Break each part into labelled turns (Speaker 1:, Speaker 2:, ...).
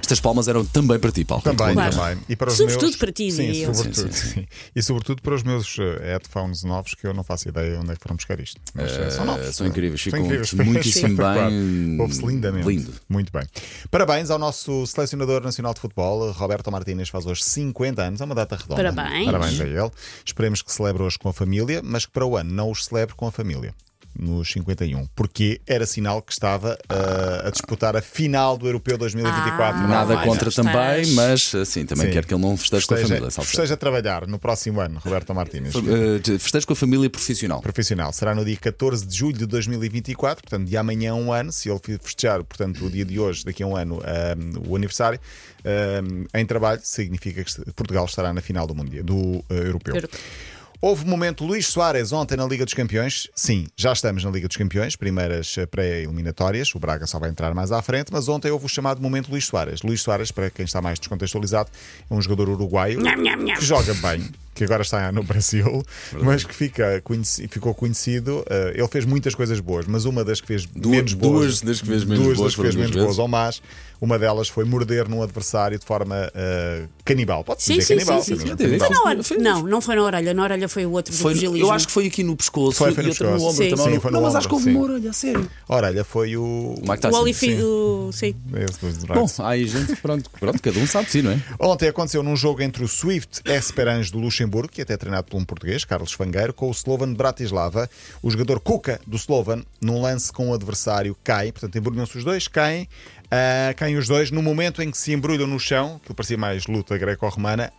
Speaker 1: Estas palmas eram também para ti, Paulo.
Speaker 2: Também,
Speaker 3: Claro.
Speaker 2: também. E para os
Speaker 3: Sobretudo
Speaker 2: meus-
Speaker 3: para ti,
Speaker 2: sim,
Speaker 3: diria eu.
Speaker 2: sobretudo,
Speaker 1: Sim,
Speaker 2: sim. E sobretudo para os meus eh, headphones novos, que eu não faço ideia onde é que foram buscar isto. Mas, eh, são
Speaker 1: Eh,
Speaker 2: novos.
Speaker 1: são incríveis, ficam
Speaker 2: Foi
Speaker 1: muitíssimo
Speaker 2: espetacular.
Speaker 1: bem.
Speaker 2: Ouve-se lindamente.
Speaker 1: Lindo.
Speaker 2: Muito bem. Parabéns ao nosso selecionador nacional de futebol, Roberto Martínez, faz hoje 50 anos. É uma data redonda.
Speaker 3: Parabéns.
Speaker 2: Parabéns a ele. Esperemos que celebre hoje com a família, mas que para o ano não os celebre com a família. Nos 51, porque era sinal que estava ah, a disputar a final do Europeu 2024.
Speaker 3: Ah,
Speaker 1: Nada
Speaker 3: vai,
Speaker 1: contra
Speaker 3: já
Speaker 1: também,
Speaker 3: estás.
Speaker 1: mas assim, também
Speaker 2: Sim.
Speaker 1: quero que ele não festeje com a
Speaker 2: Esteja,
Speaker 1: família. salvo
Speaker 2: esteja a trabalhar no próximo ano, Roberto Martínez.
Speaker 1: certo. Eh, Festeje com a família profissional.
Speaker 2: Profissional. Será no dia 14 de julho de 2024, portanto, de amanhã a um ano, se ele festejar, portanto, o dia de hoje, daqui a um ano, ahm, o aniversário, ahm, em trabalho, significa que est- Portugal estará na final do, mundial, do eh, europeu.
Speaker 3: Europeu.
Speaker 2: Houve um momento Luís Soares ontem na Liga dos Campeões. Sim, já estamos na Liga dos Campeões, primeiras eh, pré-eliminatórias. O Braga só vai entrar mais à frente, mas ontem houve o chamado momento Luís Soares. Luís Soares, para quem está mais descontextualizado, é um jogador uruguaio
Speaker 3: Nham, nham, nham.
Speaker 2: que joga bem, que agora está no Brasil, mas que fica conheci- ficou conhecido. eh, ele fez muitas coisas boas, mas uma das que fez
Speaker 1: Duas-
Speaker 2: menos boas,
Speaker 1: duas das que fez menos
Speaker 2: duas das
Speaker 1: boas
Speaker 2: que fez
Speaker 1: foram
Speaker 2: menos
Speaker 1: duas
Speaker 2: boas ou más, uma delas foi morder num adversário de forma eh, canibal. Pode-se
Speaker 3: Sim,
Speaker 2: dizer
Speaker 3: sim,
Speaker 2: canibal,
Speaker 3: sim, sim,
Speaker 2: sim,
Speaker 3: sim.
Speaker 2: mas é canibal.
Speaker 3: Foi na orelha.
Speaker 1: Foi-
Speaker 3: Não, não foi na orelha. Na orelha foi o outro do
Speaker 1: Foi,
Speaker 3: pugilismo.
Speaker 1: eu acho que foi aqui no pescoço
Speaker 2: Foi- foi no
Speaker 1: e outro
Speaker 2: pescoço.
Speaker 1: no ombro
Speaker 3: Sim.
Speaker 1: também.
Speaker 3: Sim,
Speaker 1: não,
Speaker 2: foi no
Speaker 1: não, mas
Speaker 2: ombro,
Speaker 1: acho que houve
Speaker 2: sim.
Speaker 1: uma orelha, a sério.
Speaker 2: Orelha foi o. tá assim.
Speaker 1: O Mike
Speaker 3: O
Speaker 1: Tyson.
Speaker 3: Olifi do. Sim.
Speaker 1: é
Speaker 2: Esse dos
Speaker 1: Bom,
Speaker 2: Dragons.
Speaker 1: há aí gente, pronto, pronto, cada um sabe de si, não é?
Speaker 2: Ontem aconteceu num jogo entre o Swift Esperange do Luxemburgo, que até é treinado por um português, Carlos Fangueiro, com o Slovan de Bratislava. O jogador Kuka do Slovan, num lance com o adversário, cai. Portanto, embrulham-se os dois, caem. ah, caem os dois. No momento em que se embrulham no chão, que parecia mais luta greco-romana,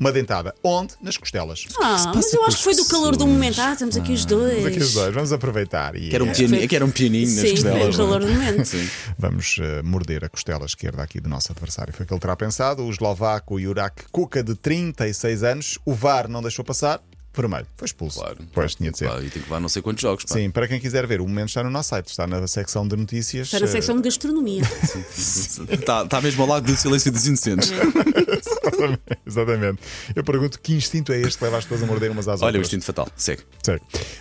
Speaker 2: uma dentada. Onde? Nas costelas.
Speaker 3: Ah, mas
Speaker 1: passa
Speaker 3: eu
Speaker 1: com
Speaker 3: acho que foi do
Speaker 1: as
Speaker 3: calor do
Speaker 1: pessoas?
Speaker 3: momento. Ah, estamos aqui os dois.
Speaker 2: Mas aqui os dois, vamos aproveitar. E,
Speaker 1: Que era um
Speaker 2: eh,
Speaker 1: pianinho, que era um pianinho nas
Speaker 3: Sim, foi
Speaker 1: costelas.
Speaker 3: o
Speaker 1: não é?
Speaker 3: calor do momento.
Speaker 1: Sim.
Speaker 2: Vamos eh, morder a costela esquerda aqui do nosso adversário. Foi aquilo que terá pensado. O eslovaco Jurak Kuka, de 36 anos. O VAR não deixou passar. Vermelho. Foi expulso.
Speaker 1: Claro.
Speaker 2: Pois, tinha de ser.
Speaker 1: Pá, e tem que levar não sei quantos jogos. Pá.
Speaker 2: Sim, para quem quiser ver, o momento está no nosso site. Está na secção de notícias.
Speaker 3: Está na
Speaker 2: eh,
Speaker 3: secção de gastronomia.
Speaker 1: Está tá mesmo ao lado do silêncio dos inocentes.
Speaker 2: Eh, Exatamente. Eu pergunto que instinto é este que leva as pessoas a morder umas às
Speaker 1: Olha, o
Speaker 2: outras?
Speaker 1: instinto fatal. Segue.
Speaker 2: Sim.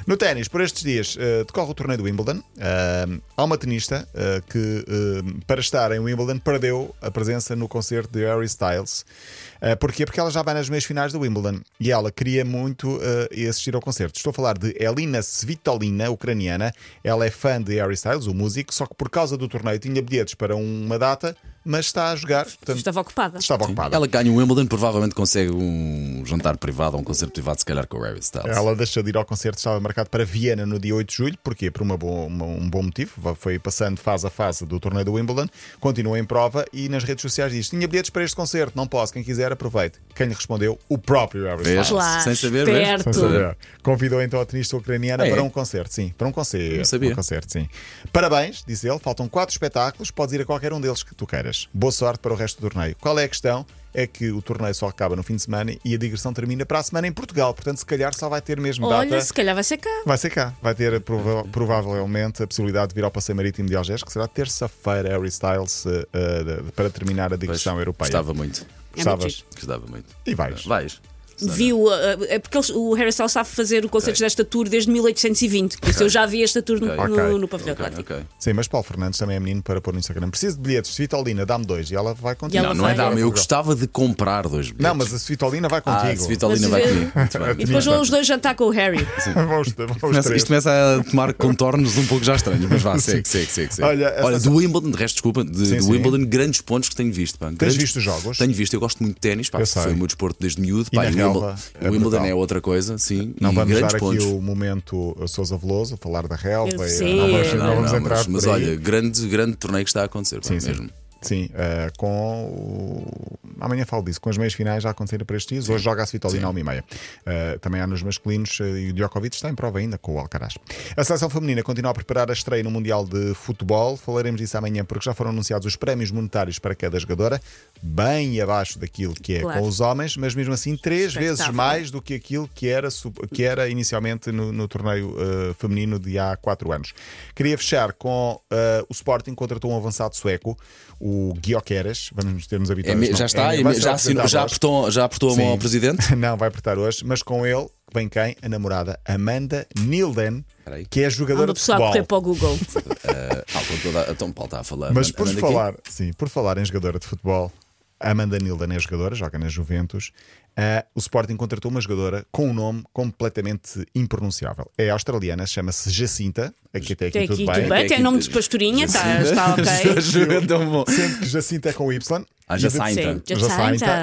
Speaker 2: No ténis, por estes dias, eh, decorre o torneio do Wimbledon. Ah, há uma tenista ah, que, eh, para estar em Wimbledon, perdeu a presença no concerto de Harry Styles. Ah, porquê? Porque ela já vai nas meias finais do Wimbledon e ela queria muito ah, assistir ao concerto. Estou a falar de Elina Svitolina, ucraniana. Ela é fã de Harry Styles, o músico, só que por causa do torneio tinha bilhetes para uma data, mas está a jogar. Portanto,
Speaker 3: Estava ocupada.
Speaker 2: estava ocupada.
Speaker 1: Ela que ganha o Wimbledon, provavelmente consegue um jantar privado ou um concerto privado, se calhar com o Harry Styles.
Speaker 2: Ela é deixou de ir ao concerto, estava marcado para Viena no dia 8 de julho, porque por uma boa- uma- um bom motivo, Va- foi passando fase a fase do torneio do Wimbledon, continua em prova e nas redes sociais diz: tinha bilhetes para este concerto, não posso, quem quiser aproveite. Quem lhe respondeu? O próprio Harry
Speaker 1: Vês?
Speaker 2: Styles.
Speaker 3: Claro,
Speaker 1: Sem saber, vês?
Speaker 3: esperto.
Speaker 1: Sem saber.
Speaker 2: Convidou então a tenista ucraniana
Speaker 1: É.
Speaker 2: para um concerto, sim, para um concerto.
Speaker 1: Não sabia.
Speaker 2: Um concerto, sim. Parabéns, disse ele, faltam quatro espetáculos, podes ir a qualquer um deles que tu queiras. Boa sorte para o resto do torneio. Qual é a questão? É que o torneio só acaba no fim de semana e a digressão termina para a semana em Portugal, portanto, se calhar só vai ter mesmo
Speaker 3: Olha,
Speaker 2: data.
Speaker 3: se calhar vai ser cá.
Speaker 2: Vai ser cá, vai ter prova- provavelmente a possibilidade de vir ao passeio marítimo de Algés, que será terça-feira, Harry Styles, eh, eh, de- para terminar a
Speaker 1: Pois,
Speaker 2: digressão europeia.
Speaker 1: Gostava É muito.
Speaker 2: Gostavas?
Speaker 3: giro.
Speaker 1: Gostava muito.
Speaker 2: E vais.
Speaker 1: Vais.
Speaker 3: Viu, uh, uh, é porque eles- o Harry Styles sabe fazer concertos
Speaker 1: Ok.
Speaker 3: desta tour desde 1820, por isso eu já vi esta tour no,
Speaker 1: Ok.
Speaker 3: no, no pavilhão
Speaker 1: Ok,
Speaker 3: Atlântico.
Speaker 1: ok.
Speaker 2: Sim, mas Paulo Fernandes também é menino para pôr no Instagram. Preciso de bilhetes, Svitolina, dá-me dois e ela vai contigo.
Speaker 3: E ela
Speaker 1: Não, não é
Speaker 3: vai.
Speaker 1: dar Eu gostava de comprar dois bilhetes.
Speaker 2: Não, mas a Svitolina vai contigo.
Speaker 1: Ah, se Vitalina
Speaker 3: Mas
Speaker 1: vai
Speaker 3: vê-
Speaker 1: comigo. Muito bem.
Speaker 3: E depois vão os dois jantar com o Harry.
Speaker 2: Vão os- vão os
Speaker 1: Começa-
Speaker 2: três.
Speaker 1: isto é começa a tomar contornos um pouco já estranhos, mas vá, segue, segue, segue. segue.
Speaker 2: Olha, essa-
Speaker 1: do Wimbledon, de resto, desculpa, de,
Speaker 2: Sim,
Speaker 1: do
Speaker 2: sim.
Speaker 1: Wimbledon, grandes pontos que tenho visto. Pá. Grandes-
Speaker 2: visto os jogos?
Speaker 1: Tenho visto, eu gosto muito de ténis, pá,
Speaker 2: Eu sei.
Speaker 1: foi o meu desporto desde miúdo.
Speaker 2: E
Speaker 1: pá,
Speaker 2: na
Speaker 1: o
Speaker 2: relva,
Speaker 1: Wimbledon,
Speaker 2: é
Speaker 1: o Wimbledon
Speaker 2: brutal.
Speaker 1: é outra coisa, sim,
Speaker 2: Não
Speaker 1: e
Speaker 2: vamos
Speaker 1: grandes
Speaker 2: dar
Speaker 1: pontos.
Speaker 2: aqui o momento eh, Sousa Veloso, falar da relva.
Speaker 3: Eu
Speaker 2: e-
Speaker 3: sei.
Speaker 2: Não vamos,
Speaker 3: Não,
Speaker 2: não
Speaker 1: Não,
Speaker 2: vamos
Speaker 1: não,
Speaker 2: entrar
Speaker 1: mas, mas
Speaker 2: por aí.
Speaker 1: olha, grande, grande torneio que está a acontecer, pá,
Speaker 2: Sim, sim.
Speaker 1: mesmo.
Speaker 2: Sim, eh, com o... amanhã falo disso, com as meias finais já aconteceram para estes dias. Hoje joga a Svitolina à 1 e meia. Eh, também há nos masculinos eh, e o Djokovic está em prova ainda com o Alcaraz. A seleção feminina continua a preparar a estreia no Mundial de Futebol. Falaremos disso amanhã porque já foram anunciados os prémios monetários para cada jogadora, bem abaixo daquilo que é
Speaker 3: Claro.
Speaker 2: com os homens, mas mesmo assim três vezes
Speaker 3: Expectável.
Speaker 2: mais do que aquilo que era, su- que era inicialmente no, no torneio eh, feminino de há quatro anos. Queria fechar com eh, o Sporting contratou um avançado sueco, o o Guioqueras, vamos nos termos
Speaker 1: É
Speaker 2: habituados.
Speaker 1: me- já está, é me-
Speaker 2: um
Speaker 1: já, assinou- já apertou, já apertou a mão ao presidente?
Speaker 2: Não, vai apertar hoje, mas com ele vem quem? A namorada Amanda Nilden,
Speaker 1: Peraí.
Speaker 2: que é
Speaker 3: Há
Speaker 2: jogadora
Speaker 3: uma
Speaker 2: de
Speaker 3: pessoa a correr
Speaker 2: futebol.
Speaker 3: para o Google.
Speaker 1: Ah, com toda a... Então, Paulo está a falar.
Speaker 2: Mas
Speaker 1: Amanda-
Speaker 2: por
Speaker 1: Amanda aqui?
Speaker 2: falar, sim, por falar em jogadora de futebol, a Amanda Nilden é jogadora, joga na Juventus. Ah, o Sporting contratou uma jogadora com um nome completamente impronunciável. É australiana, chama-se Jacinta. Aqui até aqui,
Speaker 3: Tem aqui
Speaker 2: tudo bem.
Speaker 3: tudo bem, tem nome de pastorinha, está, está ok.
Speaker 1: Juro, é tão bom.
Speaker 2: Sempre que Jacinta é com Y.
Speaker 1: Ah,
Speaker 2: E
Speaker 1: Jacinta.
Speaker 3: Sim,
Speaker 2: de- Jacinta.
Speaker 1: então.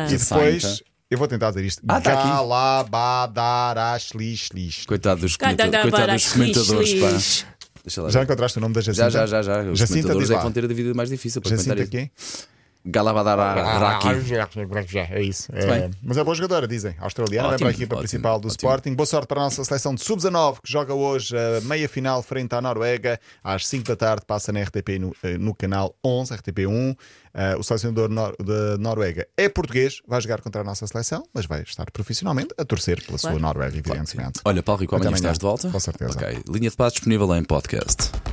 Speaker 2: E
Speaker 3: Jacinta.
Speaker 2: depois,
Speaker 1: Jacinta.
Speaker 2: eu vou tentar dizer isto.
Speaker 1: Ah, tá aqui.
Speaker 2: Galabadarashlislis.
Speaker 1: Coitado dos, comenta... Coitado dos comentadores, pá. Deixa lá.
Speaker 2: Já
Speaker 1: Já,
Speaker 2: encontraste o nome da Jacinta?
Speaker 1: já, já, já, Os
Speaker 2: Jacinta
Speaker 1: comentadores
Speaker 2: diz
Speaker 1: é
Speaker 2: lá.
Speaker 1: que vão ter a vida mais difícil para
Speaker 2: Jacinta
Speaker 1: comentar.
Speaker 2: quem? Ah,
Speaker 1: Galabadara
Speaker 2: É isso.
Speaker 1: bem.
Speaker 2: É, mas é boa jogadora, dizem. Australiana, vem
Speaker 1: Ótimo,
Speaker 2: para a equipa
Speaker 1: ótimo,
Speaker 2: principal do
Speaker 1: ótimo.
Speaker 2: Sporting. Boa sorte para a nossa seleção de sub-19, que joga hoje a meia final frente à Noruega, às 5 da tarde, passa na RTP no, eh, no canal 11, RTP1. Eh, o selecionador nor- da Noruega é português, vai jogar contra a nossa seleção, mas vai estar profissionalmente a torcer pela sua Noruega, evidentemente.
Speaker 1: Olha, Paulo Rico,
Speaker 2: Até
Speaker 1: amanhã
Speaker 2: amanhã.
Speaker 1: estás de volta?
Speaker 2: Com certeza.
Speaker 1: Ok. Linha de paz disponível em podcast.